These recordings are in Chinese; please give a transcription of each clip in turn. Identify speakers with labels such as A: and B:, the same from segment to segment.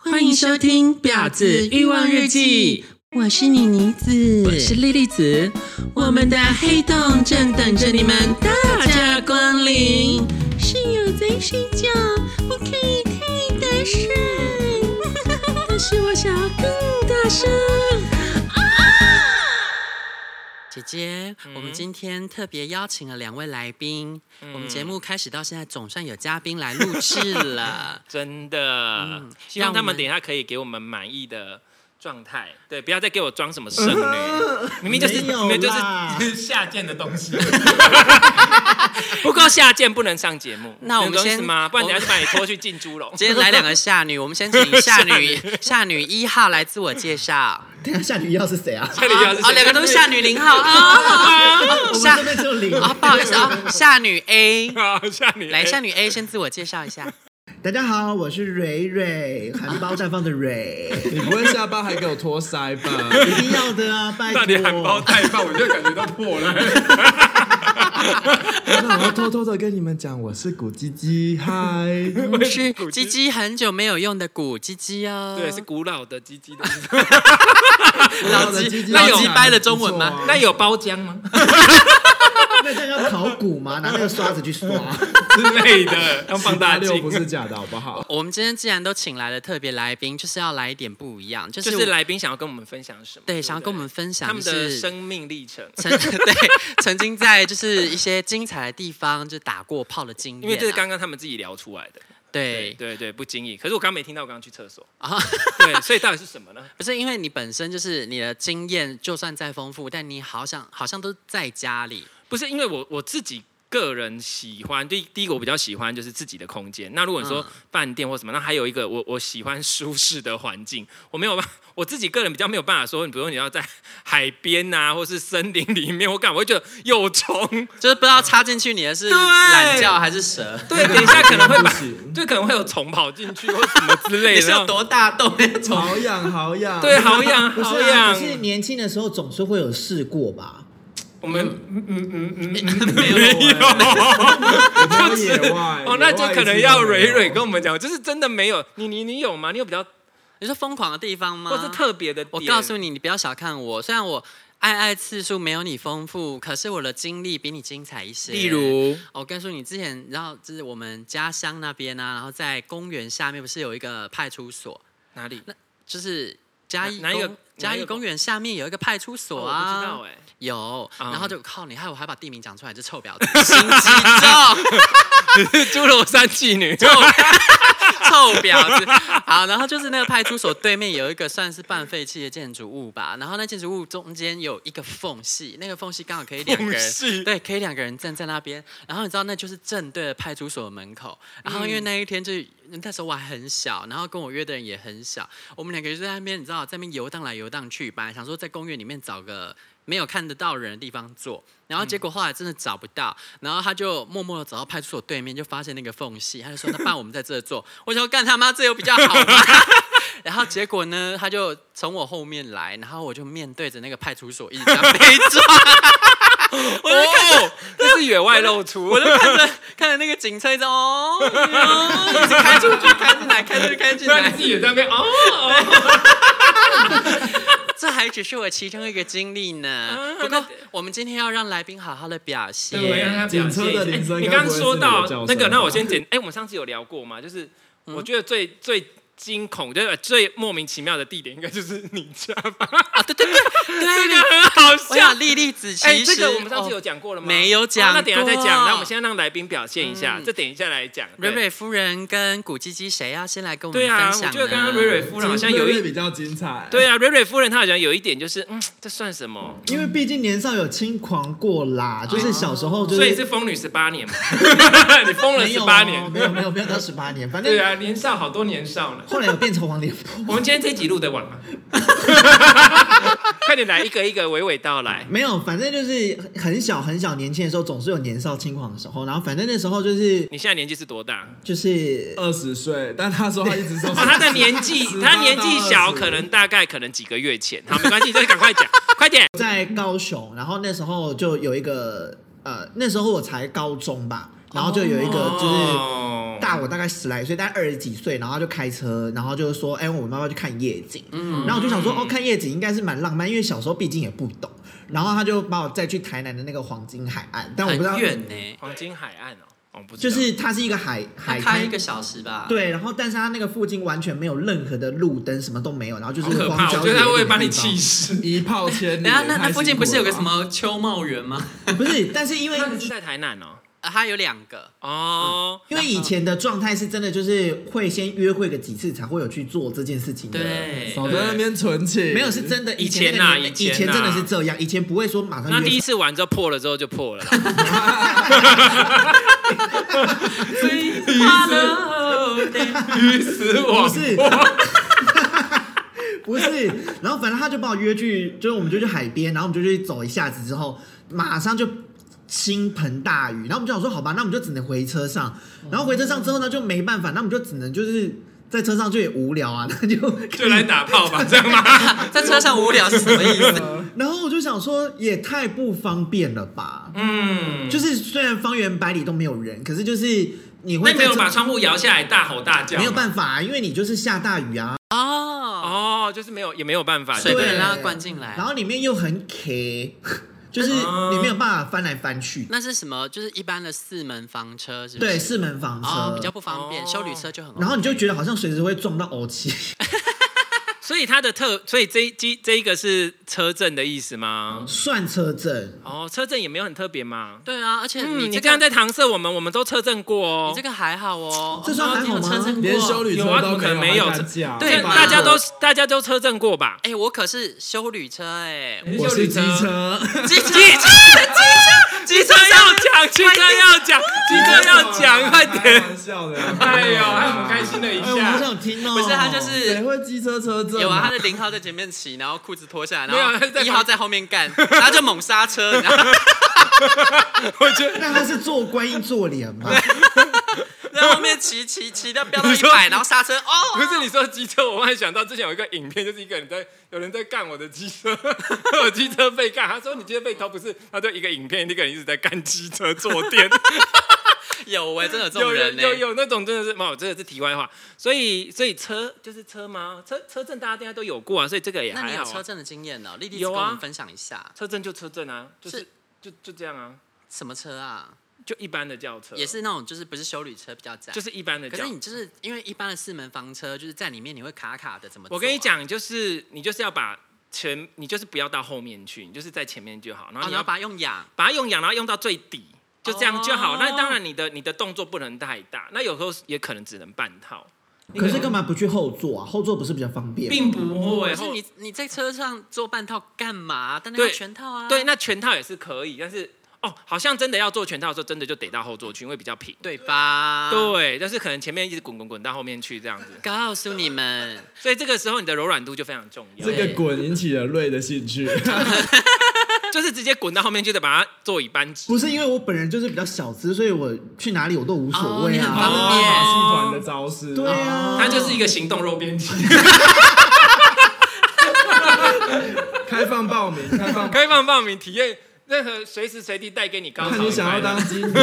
A: 欢迎收听《婊子欲望日记》，我是妮妮子，
B: 我是莉莉子，。
A: 我们的黑洞正等着你们大驾光临。室友在睡觉，你可以太大声，但是我想要更大声。啊姐姐，我们今天特别邀请了两位来宾。我们节目开始到现在，总算有嘉宾来录制了
B: 真的，希
A: 让
B: 望他
A: 我
B: 们
A: 们
B: 等一下可以给我们满意的状态，对，不要再给我装什么剩女，明明就是
C: 没有
B: 明明就
C: 啦
B: 是下贱的东西，不够下贱不能上节目，
A: 那我们
B: 懂意思
A: 先
B: 吗？不然
A: 我
B: 等一下就把你拖去进猪笼。
A: 今天来两个夏女，我们先请夏女夏女一号来自我介绍。
C: 等一下夏女要是谁啊？
B: 这里要是
A: 哦，两个都是夏女零号啊。
C: 我们
A: 夏
C: 这边只有零。
A: 啊，不好意思啊， 夏女 A
B: 好，下你
A: 来，夏女 A 先自我介绍一下。
C: 大家好，我是蕊蕊，含苞绽放的蕊，
D: 你不会下班还给我托腮吧？
C: 一定要的啊！拜托，
B: 到底含苞待放，我就感觉到破了。
D: 那我要偷偷的跟你们讲，我是古鸡鸡，嗨，
B: 我
A: 是鸡，鸡很久没有用的古鸡鸡哦。
B: 对，是古老的鸡鸡的。
A: 老
D: 的
A: 鸡
D: 鸡鸡
A: 老
D: 好
A: 鸡
D: 像
A: 掰的
D: 还不
A: 中文
D: 错
A: 吗
D: 啊？
B: 那有包浆吗
C: 那这样要考古吗？拿那个刷子去刷。
B: 之类 的？要放大
D: 六
B: 镜，
D: 不是假的好 不好？
A: 我们今天既然都请来了特别来宾，就是要来一点不一样，就
B: 就是是来宾想要跟我们分享什么？
A: 对
B: 不
A: 想要跟我们分享
B: 他们
A: 就
B: 的
A: 是
B: 生命历程。
A: 曾 对曾经在就是一些精彩的地方就打过炮的经验啊，
B: 因为这是刚刚他们自己聊出来的，
A: 对
B: 对对对，不经意。可是我刚刚没听到，我刚刚去厕所。
A: 啊。
B: 对，所以到底是什么呢？
A: 不是因为你本身就是你的经验，就算再丰富，但你好像好像都在家里，
B: 不是因为我我自己个人喜欢，第第一个我比较喜欢就是自己的空间。那如果你说
A: 嗯
B: 饭店或什么，那还有一个我我喜欢舒适的环境。我没有办，我自己个人比较没有办法说，你比如说你要在海边啊，或是森林里面，我感我会觉得有虫。
A: 就是不知道插进去你的是懒觉还是蛇，
B: 对，等一下可能会 把
D: 不行，
B: 就可能会有虫跑进去或什么之类
A: 你
B: 的。
A: 是有多大洞那种？
B: 哦
D: 好痒好痒，
B: 对，好痒
C: 不是
B: 好
C: 啊，
B: 痒
C: 可。是年轻的时候总是会有试过吧？
B: 我们
A: 没有，
D: 我到野外
B: 哦，那就可能要蕊蕊跟
D: 跟
B: 我们讲，就是真的没有你你你有吗？你有比较
A: 你说疯狂的地方吗？
B: 或是特别的点？
A: 我告诉你，你不要小看我，虽然我爱爱次数没有你丰富，可是我的经历比你精彩一些。
B: 例如
A: 哦，我跟你说，你之前，然后就是我们家乡那边啊，然后在公园下面不是有一个派出所，
B: 哪里？
A: 就是嘉义
B: 哪哪一个
A: 公
B: 哪
A: 嘉
B: 一
A: 义
B: 个
A: 公园下面有一个派出所
B: 我不知
A: 啊，
B: 道哎、
A: 有，
B: 嗯
A: 然后就靠你，害我还把地名讲出来，这臭婊子，心机重。
B: 侏罗山妓女，
A: 臭臭婊子。好，然后就是那个派出所对面有一个算是半废弃的建筑物吧，然后那建筑物中间有一个缝隙，那个缝隙刚好可以两个
B: 缝隙
A: 人，对，可以两个人站在那边。然后你知道那就是正对着派出所的门口。然后因为那一天就是。那时候我还很小，然后跟我约的人也很小，我们两个就在那边，你知道，在那边游荡来游荡去，本来想说在公园里面找个没有看得到人的地方坐，然后结果后来真的找不到，然后他就默默的走到派出所对面，就发现那个缝隙，他就说：“那爸，我们在这坐。”我想说干他妈，这有比较好吗？ 然后结果呢，他就从我后面来，然后我就面对着那个派出所，一直这样被抓，
B: 我就看哦，这是野外露出，
A: 我就看着看着那个警车一直哦， 哦一直开出去，开进来，开出去，开进来。
B: 己也在那边哦，
A: 这还只是我其中一个经历呢。不过我们今天要让来宾好好的表现。
B: 啊对，让他表
D: 警车
B: 现一下。
D: 的铃声
B: 哎你
D: 该
B: 刚
D: 不
B: 刚
D: 会是
B: 说
D: 你的叫
B: 到
D: 声
B: 那个，
D: 吧
B: 那我先简，哎，我们上次有聊过嘛，就是我觉得最最。惊恐，就是最莫名其妙的地点，应该就是你家吧？
A: 啊，对对对对，你
B: 很好
A: 我
B: 笑
A: 想，莉莉子其实、
B: 哎，这个我们上次有
A: 哦
B: 讲过了吗？
A: 没有讲
B: 哦那等一下再
A: 过
B: 讲。那我们现在让来宾表现一下
A: 嗯，
B: 这等一下来讲。对
A: 蕊蕊夫人跟古唧唧谁要先来跟我们
B: 对
A: 分
B: 啊，我
A: 享呢？
B: 觉得刚刚蕊蕊夫人好像有一，
D: 比较精彩，
B: 对，啊，蕊蕊夫人她好像有一点就是，嗯，这算什么？
C: 因为毕竟年少有轻狂过啦，就是小时候就
B: 所以
C: 啊是
B: 是疯女十八 年嘛， 你疯了
C: 没
B: 十
C: 有
B: 八
C: 啊
B: 年，
C: 没有没有没有到十八年，反
B: 对
C: 正
B: 啊，年少好多年少呢。
C: 后来有变成黄脸婆。
B: 我们今天这集录的晚 吗？快点来，一个一个娓娓道来。
C: 没有，反正就是很小很小年轻的时候，总是有年少轻狂的时候。然后反正那时候就是
B: 你现在年纪是多大？
C: 就是
D: 二十岁，但他说他一直说
B: 哦，他的年纪，
D: 18
B: 他年纪小，
D: 到20
B: 可能大概可能几个月前。好，没关系，这赶快讲，快点。
C: 在高雄，然后那时候就有一个呃，那时候我才高中吧，然后就有一个就是
B: 哦
C: 大我大概十来岁，大概二十几岁，然后他就开车，然后就说：“哎、我们要不要去看夜景？”
B: 嗯
C: 然后我就想说：“哦，看夜景应该是蛮浪漫，因为小时候毕竟也不懂。”然后他就把我载去台南的那个黄金海岸，嗯但我不知道
A: 很，远呢，
B: 黄金海岸哦，哦不知
C: 就
B: 道
C: 是它是一个海
A: 还
C: 海
A: 开一个小时吧。，
C: 对，然后但是它那个附近完全没有任何的路灯，什么都没有，然后就
B: 好
C: 是
B: 可
C: 荒
B: 怕，
C: 郊
B: 我觉得他
C: 野
B: 会
C: 岭
B: 把
C: 的
B: 你
C: 地方
B: 气死。
D: 一炮千里。
A: 然后那那
D: 太
A: 附近不是有个
D: 辛
A: 什
D: 苦了吧？啊
A: 么秋茂园吗？
C: 不是，但是因为
B: 那你是在台南哦，
A: 啊它有两个，
B: 哦，
C: 嗯因为以前的状态是真的，就是会先约会个几次，才会有去做这件事情的。，
A: 对，
D: 少在那
A: 对。
D: 边存钱，
C: 没有是真的，
B: 以
C: 前
B: 前啊
C: 那个年代
B: 以前
C: 以
B: 啊
C: 前真的是这样，以前不会说马上
B: 那
C: 约
B: 第一
C: 上
B: 次玩之后破了之后就破了啦，
A: 最怕的
B: 鱼死
C: 不
B: 网
C: 是。 不是，然后反正他就把我约去，就是我们就去海边，然后我们就去走一下子之后，马上就倾盆大雨，然后我们就想说好吧，那我们就只能回车上，
B: 哦
C: 然后回车上之后呢就没办法，那我们就只能就是在车上就也无聊啊，那就
B: 就来打炮吧，这样吗？
A: 在车上无聊是什么意思？
C: 然后我就想说，也太不方便了吧？
B: 嗯，
C: 就是虽然方圆百里都没有人，可是就是你
B: 那
C: 会
B: 你没有
C: 在
B: 把
C: 这
B: 窗户摇下来大吼大叫，
C: 没有办法、啊，因为你就是下大雨啊，
A: 哦，
B: 哦，就是没有也没有办法，
A: 水不
B: 对
A: 能
C: 对
A: 让它灌进来
C: 然。后里面又很 K，就是你没有办法翻来翻去。
A: 那是什么？就是一般的四门房车，是不是
C: 对，四门房车，
A: 哦，比较不方便，
B: 哦
A: 修理车就很。
C: 然后你就觉得好像随时会撞到欧气，
B: 所以它的特，所以这一这这一个是车震的意思吗？
C: 算车震。
B: 哦，车震也没有很特别嘛。
A: 对啊，而且
B: 嗯，
A: 你
B: 你
A: 这
B: 这样
A: 个
B: 在搪塞我们，我们都车震过哦
A: 你这。个还好哦，
C: 这算还好吗
A: 我没有车震过
D: 连修旅车
B: 有啊
D: 都
B: 怎么可能
D: 没
B: 没有
D: 还敢讲
A: 对
B: 这
A: 吧
B: 大家都大家都车震过吧？
A: 哎，我可是修旅车 哎，
D: 我是机车，
A: 机车机车机
B: 机车要讲，机车要讲，机车要讲，快
D: 开
B: 点！
D: 玩笑的，
B: 哎呦，害我们开心了一
C: 哎，我好
B: 下。
C: 想听哦。
A: 不是他就
D: 谁
A: 是。
D: 会机车车震？
A: 有啊，他的零号在前面骑，然后裤子脱下来，
B: 没有
A: 然后
B: 他在
A: 一号在后面干，然后就猛刹车，然后
B: 我觉得
C: 那他是做观音做脸 吗？
A: 在后面骑骑骑到飙到
B: 你
A: 一
B: 说
A: 百，然后刹车
B: 不
A: 哦，
B: 是你说机车，我忽然想到之前有一个影片，就是一个人在有人在干我的机车，我机车被干，他说你今天被偷，不是？他就一个影片，那个人一直在干机车坐 垫。
A: 有哎，真的有这
B: 有
A: 种
B: 有
A: 人呢
B: 有，有那种真的是，没有，真的是题外话。所以所以车就是车吗？车车震大家应该都有过啊，所以这个也
A: 那你
B: 还
A: 有
B: 好、
A: 车
B: 啊。
A: 震的经验呢？丽丽
B: 有
A: 跟
B: 啊
A: 我们分享一下，
B: 车震就车震啊，就是
A: 是
B: 就就这样啊，
A: 什么车啊？
B: 就一般的轿车，
A: 也是那种就是不是修旅车比较窄，
B: 呃就是一般的
A: 可
B: 轿
A: 是。你就是因为一般的四门房车，就是在里面你会卡卡的，怎么、啊
B: 我跟你，讲，就是你就是要把前，你就是不要到后面去，你就是在前面就好，然
A: 哦，
B: 后
A: 你
B: 你
A: 要
B: 要把
A: 把它用氧，
B: 把它用氧，然后用到最底。就这样就好。
A: 哦
B: 那当然，你的你的动作不能太大，那有时候也可能只能半套，
C: 可是干嘛不去后座啊？后座不是比较方便吗？
B: 并不会。
A: 可是你你在车上做半套干嘛？当然
B: 对
A: 要全套啊。
B: 对，那全套也是可以，但是哦，好像真的要做全套的时候，真的就得到后座去，因为比较平。
A: 对吧？。
B: 对，但是可能前面一直滚滚滚到后面去这样子，
A: 告诉你们，
B: 所以这个时候你的柔软度就非常重要
D: 这，个滚引起了瑞的兴趣，
B: 就是直接滚到后面去的，把它座椅扳直。
C: 不是因为我本人就是比较小资，所以我去哪里我都无所谓
A: 哦
C: 啊。
A: 你很方便
D: 戏团的招式，
C: 对啊，
B: 它就是一个行动肉边机，
D: 啊开放报名，开 放，
B: 开放报名体验，任何随时随地带给你高潮。
D: 看你想要当金鱼、斗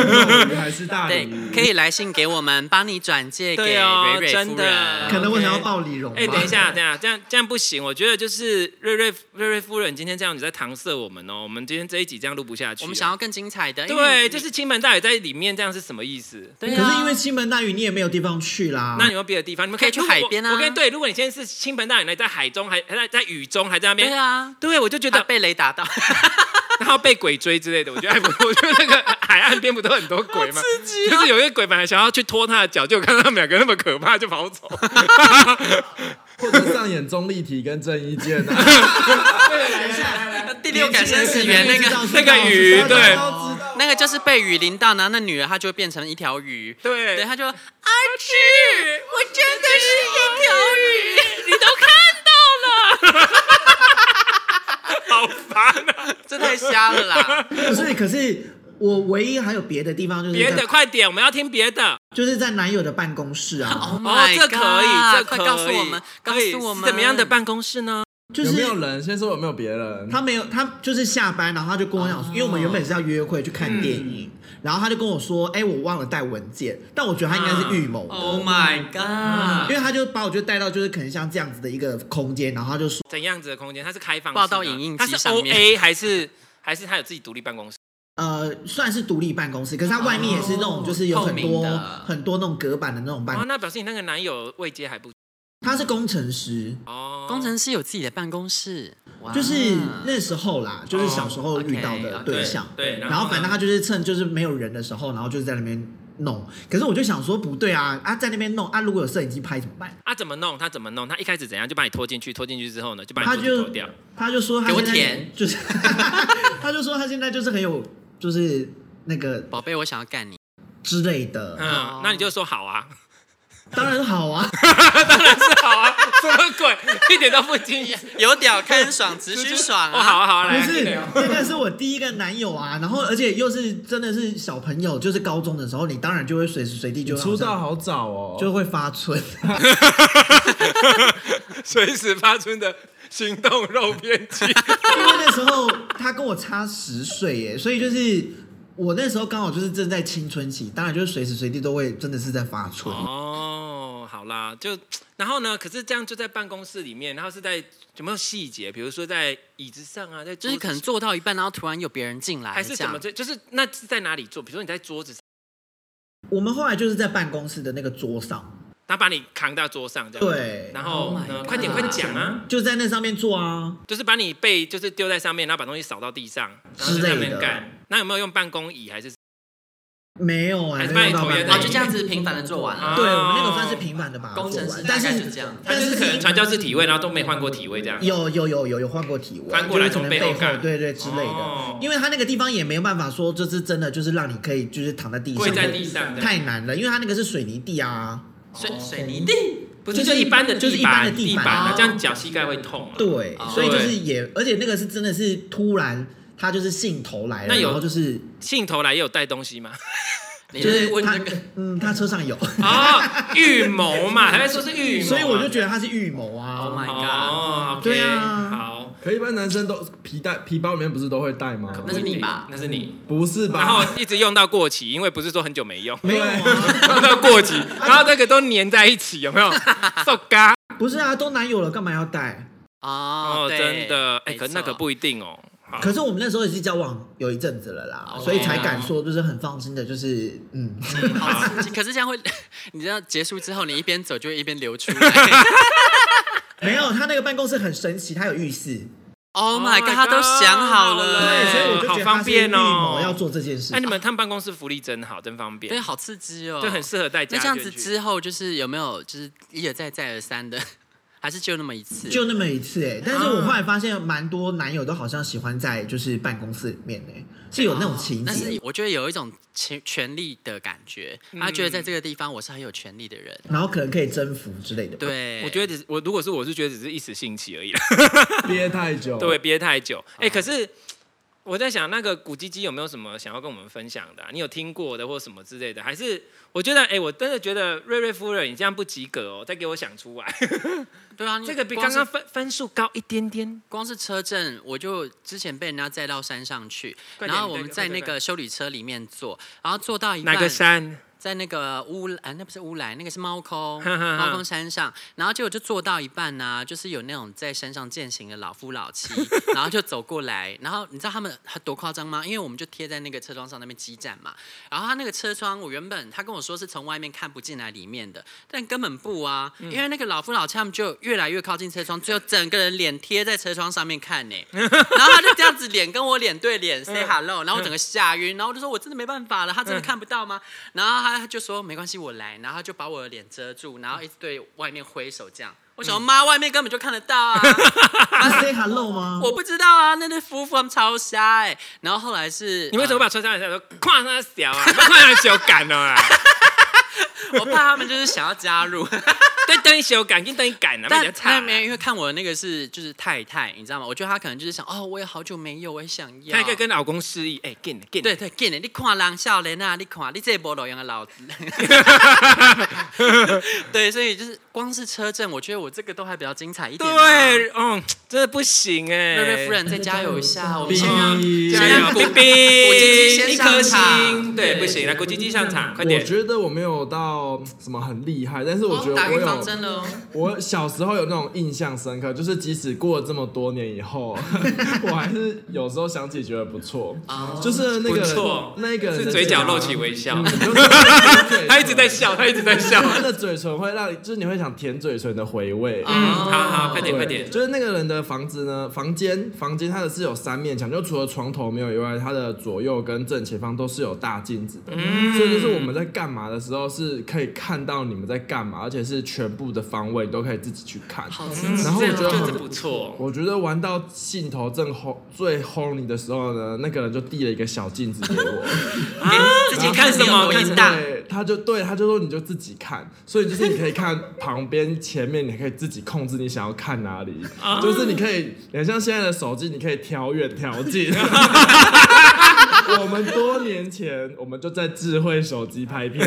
D: 鱼还是大
A: 对
D: 鱼，，
A: 可以来信给我们，帮你转介给
B: 对哦
A: 蕊蕊夫
B: 真的
C: 可
A: 人。
C: 能我想要抱李荣吧。
B: 哎、等一下，等一下，这样这样不行。我觉得就是瑞瑞瑞瑞夫人今天这样，你在搪塞我们哦。我们今天这一集这样录不下去了。
A: 我们想要更哎精彩的，因为
B: 对，就是亲朋大友在里面，这样是什么意思？
A: 对啊。
C: 可是因为西门大雨，你也没有地方去啦。
D: 啊
B: 那你有没有别的地方？你们
A: 可以
B: 以
A: 去
B: 如果
A: 海边啊
B: 我跟对，如果你现在是倾盆大雨，那你在海中还还在在雨中还在那边，
A: 对啊，
B: 对我就觉
A: 他
B: 得
A: 被雷打 到，
B: 然后被鬼追之类的，我觉得还哎不，我觉得那个海岸边不都很多 鬼吗？
A: 刺激啊
B: 就是有一个鬼本来想要去拖他的脚，就看到他们两个那么可怕，就跑走。
D: 或者上演钟丽缇跟郑伊健啊，
A: 第六感生死缘那
C: 年轻人可能
A: 个
C: 不知道
B: 那个鱼
D: 大家
B: 对
D: 都知道
A: 那个就是被雨淋到，然后那女的她就会变成一条鱼，
B: 对
A: 对，他就说阿志，我真的是一条鱼，你都看到了，
B: 好烦啊！
A: 这太瞎了 啦！
C: 不是，可是我唯一还有别的地方就 是
B: 别的
C: 在
B: 快点，我们要听别的。
C: 就是在男友的办公室啊，
B: 哦，这可以，这
A: Oh 快
B: 可以。
A: 告诉我们，告
B: 可以
A: 诉我们
B: 是怎么样的？办公室呢？
C: 就
D: 有
C: 是
D: 没有人？先说有没有别人？
C: 他没有，他就是下班，然后他就跟我讲，因为我们原本是要约会去看电影，然后他就跟我说，哎、我忘了带文件，但我觉得他应该是预谋的。
E: Oh
A: 哦
E: my
C: 因
E: god！
C: 为他就把我就带到就是可能像这样子的一个空间，然后他就说，
B: 怎样子的空间？它是开放式的
A: 报到影印机
B: 它是
A: 上
B: O
A: 面
B: A 还是还是它有自己独立办公室？
C: 呃，算是独立办公室，可是他外面也是那种就是有很
E: 透明
C: 多
E: 的
C: 很多那种隔板的那种办
B: 哦
C: 公，，
B: 那表示你那个男友位阶还不
C: 他是工程师，
B: 哦，
A: 工程师有自己的办公室，
E: 哇
C: 就是那时候啦，就是小时候遇到
E: 哦
C: 的
E: ，OK，
C: 对象，
B: 对对然
C: 然
B: 后
C: 后反
B: 呢
C: 正他就是趁就是没有人的时候，然后就在那边弄，可是我就想说不对啊，啊在那边弄啊，如果有摄影机拍怎么办？
B: 啊怎么弄？他怎么弄？他一开始怎样就把你拖进去，拖进去之后呢，就把
C: 他
B: 你
C: 就
B: 拖掉。
C: 他就说他
E: 给我
C: 现在
E: 舔
C: 就是 他就说他现在就是很有就是那个
A: 宝贝，我想要干你。
C: 之类的，
A: 哦
B: 嗯，那你就说好啊，
C: 当然好啊。
B: 是好啊，什么鬼？一点都不 惊讶。
E: 有屌看爽，只需爽
B: 哦，好
E: 啊！
B: 啊，好啊，来
C: 不
B: 啊，
C: 是
B: 跟你聊，
C: 那个是我第一个男友啊，然后而且又是真的是小朋友，就是高中的时候，你当然就会随时随地就
D: 你出道
C: 好
D: 好早哦
C: 像，就会发春，
B: 随时发春的行动肉片机。
C: 因为那时候他跟我差十岁耶，所以就是我那时候刚好就是正在青春期，当然就是随时随地都会真的是在发春。
B: 哦，好啦，就然后呢？可是这样就在办公室里面，然后是在有没有细节？比如说在椅子上啊，在
A: 就
B: 桌
A: 是
B: 子
A: 可能
B: 上
A: 做到一半，然后突然有别人进来，
B: 还是
A: 这
B: 怎
A: 样
B: 么？这就是那是在哪里做？比如说你在桌子上，
C: 我们后来就是在办公室的那个桌上，
B: 他把你扛到桌上这样。
C: 对
B: 然后
A: Oh my
B: 呢
A: God
B: 快点快讲啊！
C: 就在那上面坐啊，
B: 就是把你被就是丢在上面，然后把东西扫到地上，然后就
C: 之
B: 在那
C: 类
B: 边
C: 的
B: 干。那有没有用办公椅还是？
C: 没有哎、
B: 还是
C: 没
B: 把
C: 有
B: 你
C: 到
B: 头也
C: 办
E: 好，
B: 在
C: 公
B: 哦
E: 就这样子平凡的做完
A: 哦
E: 了。
C: 对，我们那个算是平板的吧，
E: 工程
C: 做
E: 师
C: 完
E: 大
C: 但
E: 概
C: 是
E: 是这样，
B: 他
C: 但
B: 就是可能传教士体位，然后都没换过体位这样。
C: 有有有有有换过体位，
B: 翻过来
C: 就是可
B: 从
C: 能
B: 背
C: 背
B: 后干
C: 对对之类的，
B: 哦
C: 因为他那个地方也没有办法说，就是真的就是让你可以就是躺在地上，
B: 跪在地上这样
C: 太难了，因为他那个是水泥地啊，
E: 水水泥地，
B: 不是
C: 就
B: 就是一般的
C: 就是一般的
B: 板
C: 地
B: 地
C: 板
B: 啊
E: 哦，
B: 这样脚膝盖会痛啊。
C: 对，
E: 哦
C: 所以就是也，而且那个是真的是突然他就是兴头来了，
B: 那有哎
C: 然后就是
B: 兴头来也有带东西吗？
E: 你
C: 就是是
E: 问那
C: 他
E: 个
C: 嗯他车上有，
B: 哦，预谋嘛，还会说是 预谋啊，
C: 所以我就觉得他是预谋
E: Oh
C: 啊
E: my，
B: 哦，
C: 对啊
B: 好，
D: 可一般男生都皮带皮包里面不是都会带吗？
E: 那是你吧？
B: 那是你，
D: 不是
B: 然后
D: 吧？
B: 一直用到过期，因为不是说很久没用，
C: 没有啊，
B: 用到 过期，然后那个都粘在一起，有没有？受嘎
C: 不是啊，都男友了干嘛要带？
A: 哦
B: 哦，，
A: 对
B: 真的，哎，
A: 没
B: 可是那
A: 错
B: 可不一定哦。好
C: 可是我们那时候也是交往有一阵子了啦，
B: 哦
E: OK
C: 所以才敢说就是很放心的，就是 嗯，
B: 啊
A: 好，可是这样会， 你知道结束之后，你一边走就会一边流出 来。
C: 没有他那个办公室很神奇，他有浴室，
A: Oh my god，
B: Oh my
A: 他都想好了，
B: 对
C: 对，所以我就觉
B: 好
C: 得
B: 方
C: 他是预
B: 便哦
C: 谋要做这件事
B: 哎，。你们他们办公室福利真好，真方便
A: 对，，好刺激哦，
B: 就很适合带家
A: 那这样
B: 眷
A: 子
B: 去
A: 之后，就是有没有就是一而再再而三的，还是就那么一次？
C: 就那么一次哎、但
B: 啊
C: 是我后来发现蛮多男友都好像喜欢在就是办公室里面哎、是有那种情
A: 但
C: 节
A: 是我觉得有一种权权力的感觉，他觉得
B: 嗯
A: 在这个地方我是很有权力的人。
C: 然后可能可以征服之类的。，
A: 对，
B: 我觉得只是我如果是我是觉得只是一时兴起而已啦，
D: 憋太久，
B: 对，，憋太久。
A: 嗯
B: 哎、可是我在想，那个古唧唧有没有什么想要跟我们分享的啊、你有听过的或什么之类的？还是我觉得，哎、我真的觉得瑞瑞夫人你这样不及格哦，再给我想出来，
A: 对啊，你
B: 这个比
A: 光
B: 刚
A: 是
B: 刚分分数高一点点。
A: 光是车震，我就之前被人家载到山上去，
B: 快点
A: 然后我们
B: 你
A: 在
B: 再讲
A: 那
B: 快
A: 个修理车里面坐，然后坐到一半
B: 哪，个山？
A: 在那个乌兰、啊，那不是乌兰，那个是猫空，
B: 哈哈哈
A: 猫空山上。然后结果就坐到一半呢、就是有那种在山上践行的老夫老妻，然后就走过来。然后你知道他们多夸张吗？因为我们就贴在那个车窗上那边激战嘛。然后他那个车窗，我原本他跟我说是从外面看不进来里面的，但根本不啊，因为那个老夫老妻他们就越来越靠近车窗，最后整个人脸贴在车窗上面看呢、 然后他就这样子脸跟我脸对
B: 嗯
A: 脸 say hello，然后我整个吓晕，然后我就说我真的没办法了，他真的看不到吗？然后他就说没关系，我来，然后他就把我的脸遮住，然后一直对外面挥手这样。我想
B: 嗯
A: 说妈，外面根本就看得到 啊，
C: 他 say hello 吗？
A: 我不知道啊，那对夫妇他们超瞎哎、然后后来是
B: 你为什么
A: 把？
B: 把车上下说跨上小啊？跨上小赶了啦！
A: 呃 我怕他们就是想要加入，
B: 对，等一宿赶，紧等你赶啊，比较
A: 但
B: 差
A: 但。没有，因为看我的那个是就是太太，你知道吗？我觉得她可能就是想，哦，我也好久没有，我也想要。
B: 他可以跟老公示意，哎、欸，给你，给你，
A: 对对，紧的，你看人少年啊，你看你这波路用的老，对，所以就是光是车震，我觉得我这个都还比较精彩一点、啊。
B: 对，嗯，真的不行哎、
A: 瑞瑞夫人再加油一下，哦我们先让
B: 加
D: 加
B: 油，冰冰，一
A: 先上
B: 颗星，
A: 场
B: 对，不行，来国际机上场，快
D: 我
B: 点。
D: 觉得我没有到什么很厉害，但是我觉得
E: 打
D: 我
E: 预防
D: 有，
E: 针了哦，
D: 我小时候有那种印象深刻，就是即使过了这么多年 以后，我还是有时候想起觉得不错，就是
B: 哦
D: 那
B: 不
D: 个
B: 错
D: 那个人
B: 是
D: 的
B: 嘴角
D: 啊
B: 露起微笑，
D: 嗯 就 是
B: 他一直在笑，他一直在笑。
D: 他的嘴唇会让你，就是你会想舔嘴唇的回味。
B: 嗯，好好，快点，
D: 对
B: 快点。
D: 就是那个人的房子呢，房间房间它的是有三面墙，就除了床头没有以外，它的左右跟正前方都是有大镜子的，
B: 嗯
D: 所以就是我们在干嘛的时候是可以看到你们在干嘛，而且是全部的方位你都可以自己去看。
A: 好刺
B: 嗯
A: 激
D: 然后我觉得
B: 这样就是不错，
D: 我觉得玩到兴头正轰最轰你的时候呢，那个人就递了一个小镜子给我，
B: 自己看什么？
E: 我
B: 看
E: 知
B: 什
E: 道
B: 么？
D: 对，他就对他就说你就自己看，所以就是你可以看旁边、前面，你可以自己控制你想要看哪里，就是你可以很像现在的手机，你可以调远调 近。我们多年前我们就在智慧手机拍片，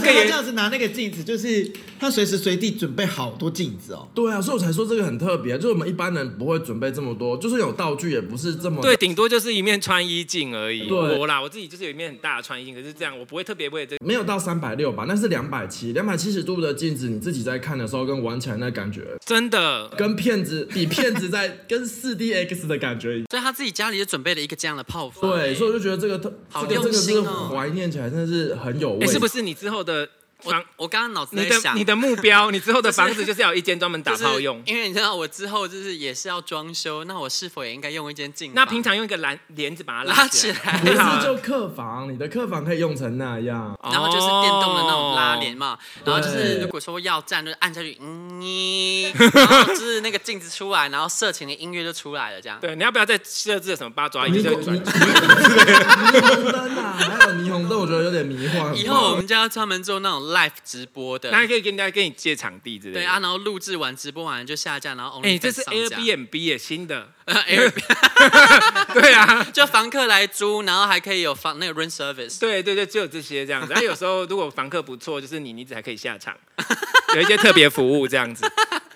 B: 个
C: 个
B: 也
C: 这样子拿那个镜子，就是他随时随地准备好多镜子哦。
D: 对啊，所以我才说这个很特别，啊就是我们一般人不会准备这么多，就是有道具也不是这么
B: 对，顶多就是一面穿衣镜而已。
D: 对
B: 我啦，我自己就是有一面很大的穿衣镜，可是这样我不会特别为了这个。
D: 没有到三百六吧，那是两百七，两百七十度的镜子，你自己在看的时候跟玩起来那感觉，
B: 真的，
D: 跟骗子比骗子在跟四 D X 的感觉一样。
A: 所以他自己家里就准备了一个这样的泡芙。
D: 对，所以我就觉得这个特，
A: 好
D: 这个这
A: 用
D: 个
A: 心
D: 是
A: 哦
D: 怀念起来真的是很有味。
B: 哎，是不是你之后的房
A: 我，我刚刚脑子
B: 你
A: 在
B: 的
A: 想
B: 你。的目标，你之后的房子就是要有一间专门打
A: 就是
B: 炮用。
A: 因为你知道我之后就是也是要装修，那我是否也应该用一间镜房？
B: 那平常用一个篮帘子把它
A: 拉
B: 起
A: 起来
B: 来，
D: 不，是就客房，你的客房可以用成那样。
B: 啊
A: 然后就是电动的那种拉帘
B: 哦。
A: 嘛，然后就是
D: 对
A: 如果说要站，就是按下去，嗯， 你然后就是那个镜子出来，然后色情的音乐就出来了，这样。
B: 对，你要不要再设置什么八爪鱼？
D: 霓
B: 就
D: 虹
B: 是
D: 霓霓虹灯啊，还有霓虹灯，我觉得有点迷幻。
A: 以后我们就要专门做那种 live 直播的
B: 那，还可以跟大家跟你借场地之类的。
A: 对啊，，然后录制完直播完就下架，然后 only
B: 哎，这是 Airbnb 耶，新 的。
A: Airbnb，
B: 对啊，
A: 就房客来租，然后还可以有房那个 room service，
B: 对对对，只有这些这样 子。然后啊有时候如果房客不错，就是你妮子还可以下场， 有一些特别服务这 样子，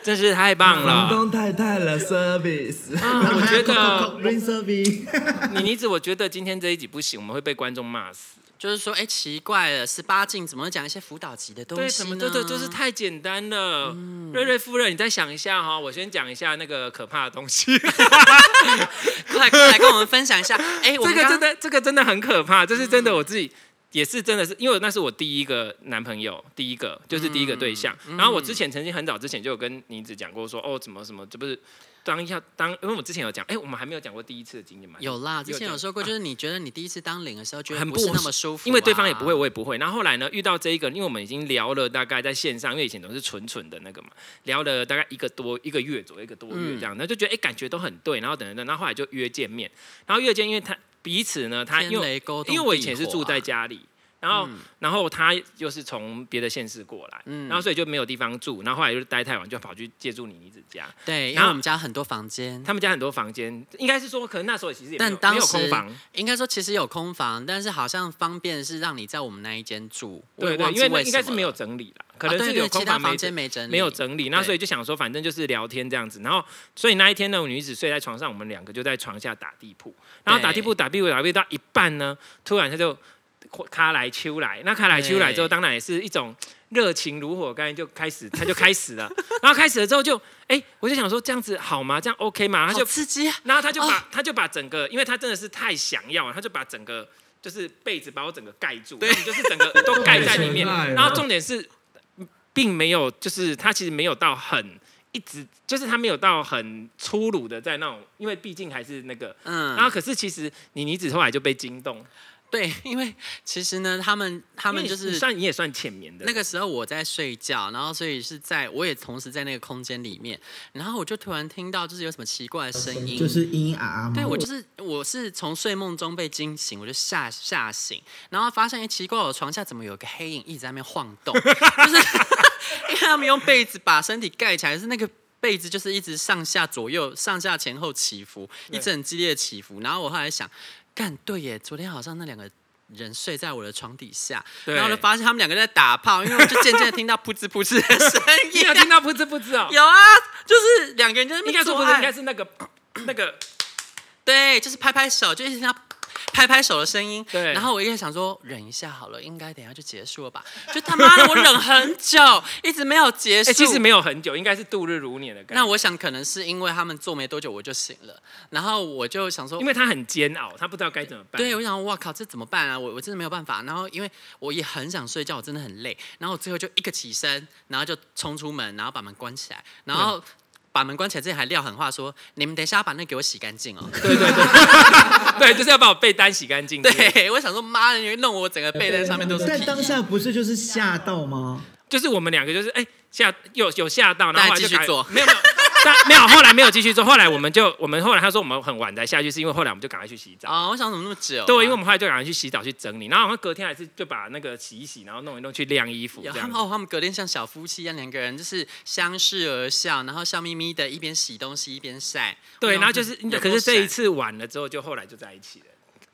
B: 真是太棒
D: 房
B: 了。
D: 东太太的 service，
B: 啊我 觉得
C: r i n s e r v i
B: 你妮子，我觉得今天这一集不行，我们会被观众骂死。
A: 就是说，哎，奇怪了，十八禁怎么会讲一些辅导级的东西
B: 对，
A: 呢？
B: 什么对对，就是太简单了。瑞瑞夫人，你再想一下哈、我先讲一下那个可怕的东西。
A: 快快 来跟我们分享一下，哎，我们
B: 这个
A: 刚嗯
B: 真的，这个真的很可怕，这是真的，我自己。也是真的是，因为那是我第一个男朋友，第一个就是第一个对象。
A: 嗯
B: 然后我之前曾经很早之前就有跟妮子讲过说，哦，怎么什么，这不是当一下当，因为我之前有讲，哎、我们还没有讲过第一次的啊经验嘛，
A: 有啦，之前有说过，就是你觉得你第一次当领的时候，觉得不是那么舒服啊、
B: 因为对方也不会，我也不会。然后后来呢，遇到这一个，因为我们已经聊了大概在线上，因为以前都是纯纯的那个嘛，聊了大概一个多一个月左右，一个多月
A: 嗯
B: 这样，那、就觉得哎、感觉都很对，然后等等等，然后后来就约见面，然后约见，因为他彼此呢，他因
A: 天
B: 为
A: 雷勾动
B: 因为我以
A: 地
B: 前是
A: 火
B: 住在
A: 啊嗯
B: 家里。然后，然后他又是从别的县市过来，然后所以就没有地方住，然后后来就待太晚，就跑去借住你妮子家。
A: 对，因为
B: 然后
A: 我们家很多房间，
B: 他们家很多房间，应该是说，可能那时候其实也没
A: 但
B: 有
A: 当
B: 没有
A: 时
B: 空房，
A: 应该说其实有空房，但是好像方便是让你在我们那一间住，我
B: 对
A: 也
B: 对，
A: 忘
B: 因
A: 记
B: 为
A: 为
B: 那应该是没有
A: 什
B: 整理啦，可
A: 么了，
B: 能
A: 啊
B: 是
A: 对
B: 有
A: 对，
B: 空
A: 其他
B: 房
A: 房
B: 整
A: 间没整理，
B: 没有整理，那
A: 对
B: 所以就想说，反正就是聊天这样子。然后，所以那一天呢，我女子睡在床上，我们两个就在床下打地铺。然后打地铺、打地铺、打地铺到一半呢，突然她就卡来秋来。那卡来秋来之后，
A: 对
B: 当然也是一种热情如火，刚才就开始，她就开始了。 然后开始了之后就，哎，我就想说这样子好吗？这样 OK 吗？她
A: 好
B: 就，
A: 刺激啊，
B: 然后她就把她就把整个，因为她真的是太想要了，她就把整个。就是被子把我整个盖住，对，就是整个都盖在里面。
D: 好可爱哦
B: 然后重点是并没有，就是他其实没有到很一直，就是他没有到很粗鲁的在那种，因为毕竟还是那个。
A: 嗯，
B: 然后可是其实你妮子后来就被惊动，
A: 对，因为其实呢，他们他们
B: 因为
A: 就
B: 你
A: 是
B: 算你也算浅眠的
A: 那个时候我在睡觉，然后所以是在我也同时在那个空间里面，然后我就突然听到就是有什么奇怪的声音，
C: 就是嘤嘤啊啊嘛。
A: 对
B: 嗯
A: 我就是我是从睡梦中被惊醒，我就吓吓醒，然后发现哎奇怪，我床下怎么有个黑影一直在那边晃动， 就是因为他们用被子把身体盖起来，是那个。被子就是一直上下左右、上下前后起伏，一直很激烈的起伏。然后我后来想，干对耶，昨天好像那两个人睡在我的床底下，
B: 对
A: 然后我就发现他们两个在打炮，因为我就渐渐的听到噗呲噗呲的声
B: 你有
A: 音。
B: 听到噗呲噗呲哦？
A: 有啊，就是两个人就在那
B: 应
A: 边
B: 该说
A: 做
B: 不是，应
A: 爱
B: 该，是那个那个
A: 对，就是拍拍手，就是像拍拍手的声音。
B: 对
A: 然后我一直想说，忍一下好了，应该等一下就结束了吧？就他妈的，我忍很久，一直没有结
B: 哎、
A: 束。
B: 其实没有很久，应该是度日如年的感觉。
A: 那我想可能是因为他们做没多久我就醒了，然后我就想说
B: 因。为他很煎熬，他不知道该怎么办。
A: 对，我想，哇靠，这怎么办啊？我我真的没有办法。然后，因为我也很想睡觉，我真的很累。然后我最后就一个起身，然后就冲出门，然后把门关起来，然
B: 嗯
A: 后把门关起来之前还撂狠话说：“你们等一下把那给我洗干净哦。”
B: 对对对， 对，就是要把我被单洗干净。，
A: 对，我想说，妈的，你弄我整个被单上面都是
C: 但
A: 屁。
C: 当下不是就是吓到吗？
B: 就是我们两个就是哎、吓有有吓到，然
A: 大
B: 后
A: 家
B: 后来
A: 继
B: 就
A: 续
B: 赶
A: 做
B: 没有没有。但没有，后来没有继续做。后来我们就，我们后来他说我们很晚才下去，是因为后来我们就赶快去洗澡。
A: 啊、我想怎么那么久啊、
B: 对，因为我们后来就赶快去洗澡去整理，然后我们隔天还是就把那个洗一洗，然后弄一弄去晾衣服这
A: 有他
B: 样
A: 们。哦，他们隔天像小夫妻一样，两个人就是相视而笑，然后笑眯眯的，一边洗东西一边晒。
B: 对，
A: 我
B: 然
A: 想
B: 后就是，
A: 有
B: 可
A: 够
B: 是这一
A: 闪
B: 次晚了之后，就后来就在一起了。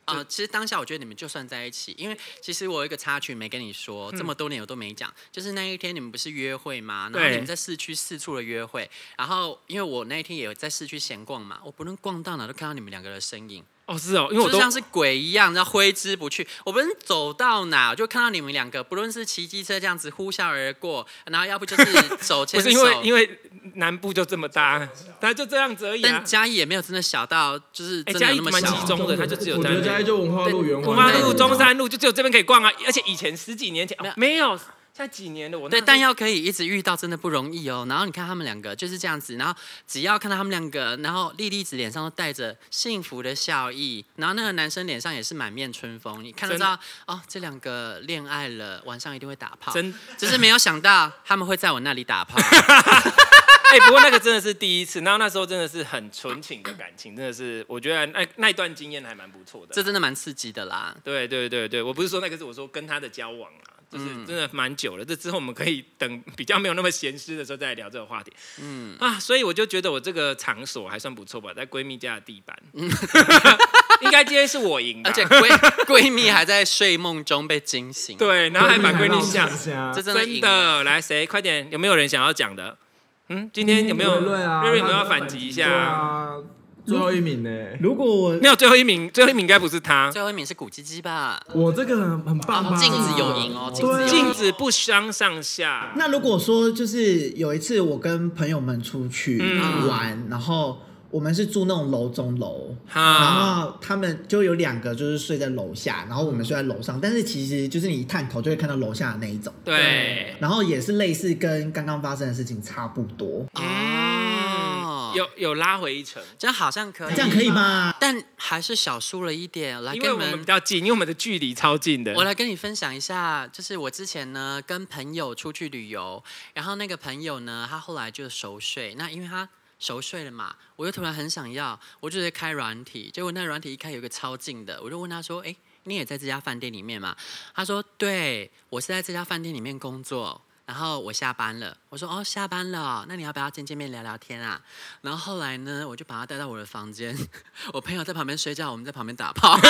A: 啊、其实当下我觉得你们就算在一起，因为其实我有一个插曲没跟你说，
B: 嗯
A: 这么多年我都没讲，就是那一天你们不是约会吗？然后
B: 对
A: 你们在市区四处的约会，然后因为我那一天也有在市区闲逛嘛，我不论逛到哪都看到你们两个的身影。
B: 哦，是哦，因为我
A: 就
B: 都
A: 像是鬼一样，然后挥之不去。我们走到哪，就看到你们两个，不论是骑机车这样子呼啸而过，然后要不就是手
B: 不
A: 牵手。
B: 是因为因为南部就这么大，他就这样子而已啊
A: 但。嘉义也没有真的小到，就是
B: 哎
A: 真的有那么
B: 嘉义蛮
A: 小。
B: 集中的他就只有
D: 我觉
B: 在
D: 得
B: 那
D: 嘉义就文化路
A: 对
D: 圆
B: 文
D: 环
B: 化
D: 那里，
B: 路、中山路就只有这边可以逛啊，而且以前十几年前、哦、没有，现在几年了，我那
A: 对，
B: 时候
A: 但要可以一直遇到真的不容易哦。然后你看他们两个就是这样子，然后只要看到他们两个，然后莉莉子脸上都带着幸福的笑意，然后那个男生脸上也是满面春风，你看得
B: 真的
A: 到哦，这两个恋爱了，晚上一定会打炮。
B: 真
A: 只是没有想到他们会在我那里打炮。
B: 哎、不过那个真的是第一次，然后那时候真的是很纯情的感情，真的是我觉得那那一段经验还蛮不错
A: 这
B: 的。
A: 真的蛮刺激的啦。
B: 对对对对，我不是说那个是我说跟他的交往啊，
A: 嗯
B: 就是真的蛮久了。这之后我们可以等比较没有那么闲湿的时候再来聊这个话题。嗯啊，所以我就觉得我这个场所还算不错吧，在闺蜜家的地板， 应该今天是我赢
A: 嗯
B: 吧，
A: 而且闺 闺蜜还在睡梦中被惊醒，
B: 对，然后还把闺蜜吓
D: 下
A: 这真的
B: 真
A: 赢了。
B: 的，来谁快点？有没有人想要讲的？嗯，今天有没有
D: 瑞瑞啊？
B: 瑞瑞有没有要反击一下？
D: 对啊，最后一名呢？
C: 如果我
B: 没有，最后一名，最后一名应该不是他。
A: 最后一名是古唧唧吧？
D: 我这个很很棒吧？
A: 哦镜子有赢哦镜子有
D: 对啊
A: 赢
B: 镜子不相上下，
C: 那如果说就是有一次我跟朋友们出去
B: 嗯
C: 玩，然后我们是住那种楼中楼，然
B: 哈，
C: 后他们就有两个就是睡在楼下，然后我们睡在楼上，但是其实就是你一探头就会看到楼下的那一种，
B: 对，
C: 然后也是类似跟刚刚发生的事情差不多，
A: 哦
B: 嗯，，有有拉回一层，
A: 这样好像可以，
C: 这样可以？吧？
A: 但还是小输了一点。来
B: 因
A: 啊跟
B: 为
A: 你
B: 我们比
A: 们，
B: 较近，因为我们的距离超近的。
A: 我来跟你分享一下，就是我之前呢跟朋友出去旅游，然后那个朋友呢，他后来就熟睡，那因为他。熟睡了嘛，我又突然很想要，我就在开软体，结果那软体一开有一个超近的，我就问他说：“哎、你也在这家饭店里面吗？”他说：“对，我是在这家饭店里面工作，然后我下班了。”我说：“哦，下班了哦，那你要不要见见面聊聊天啊？”然后后来呢，我就把他带到我的房间，我朋友在旁边睡觉，我们在旁边打炮，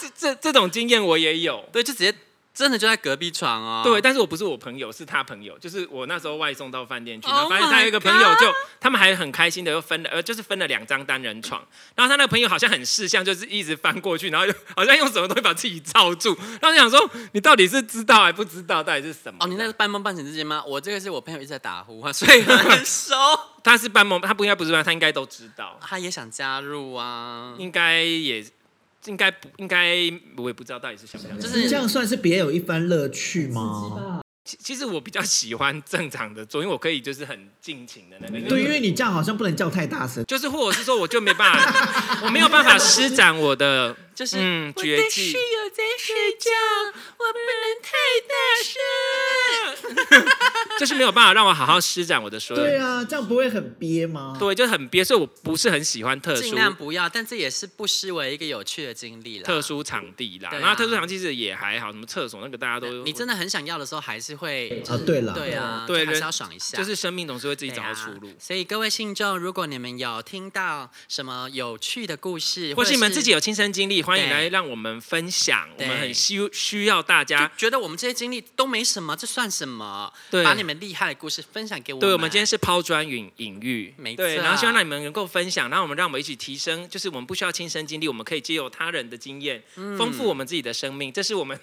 B: 这这这种经验我也有，
A: 对，就直接真的就在隔壁床哦。
B: 对，但是我不是我朋友，是他朋友，就是我那时候外送到饭店去，然后
A: Oh
B: 发现他
A: my
B: 有一个朋友就，他们还很开心的又分了，呃，就是分了两张单人床，然后他那个朋友好像很识相，就是一直翻过去，然后就 好像用什么东西把自己罩住，然后就想说你到底是知道还不知道，到底是什么？
A: 哦，你那是半梦半醒之间吗？我这个是我朋友一直在打呼啊，所以很熟，
B: 他是半梦，他不应该不是半，他应该都知道，
A: 他也想加入啊。
B: 应该也应该不应该，我也不知道到底是想不想。
A: 就
B: 就是
A: 是
C: 这样算是别有一番乐趣吗？
B: 其其实我比较喜欢正常的做，因为我可以就是很尽情的那个。
C: 对，因为你这样好像不能叫太大声，
B: 就是或者是说我就没办法，我没有办法施展我的
A: 就是、
B: 嗯，
A: 我
B: 绝
A: 的
B: 技
A: 室友在睡觉，我不能太大声。
B: 就是没有办法让我好好施展我的所有。
C: 对啊，这样不会很憋吗？
B: 对，就很憋，所以我不是很喜欢特
A: 尽
B: 殊
A: 量不要，但这也是不失为一个有趣的经历啦。
B: 特殊场地啦。
A: 对啊
B: 然后特殊场地其实也还好，什么厕所那个大家都
A: 你真的很想要的时候，还是会
C: 啊，对了，
A: 对啊，
B: 对
A: 就还
B: 人
A: 是要爽一下，
B: 就是生命总是会自己
A: 对
B: 找
A: 啊
B: 到出路。
A: 所以各位信众，如果你们有听到什么有趣的故事，
B: 或
A: 者
B: 是你们自己有亲身经历，欢迎
A: 对
B: 来让我们分享，我
A: 对
B: 们很需需要大
A: 就
B: 家。
A: 觉得我们这些经历都没什么，这算什么？
B: 对
A: 把你们厉害的故事分享给我们。
B: 对，我们 今天是抛砖引引玉，
A: 没错
B: 对，然后希望让你们能够分享，然后我们让我们一起提升，就是我们不需要亲身经历，我们可以借由他人的经验，
A: 嗯
B: 丰富我们自己的生命。这是我们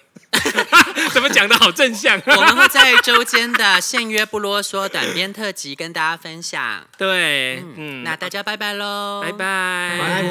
B: 怎么讲的好正向，
A: 我 们会在周间的限约不啰嗦短篇特辑跟大家分享。
B: 对，
A: 嗯，
B: 嗯，
A: 那大家拜拜喽，
B: 拜拜，
D: 拜拜。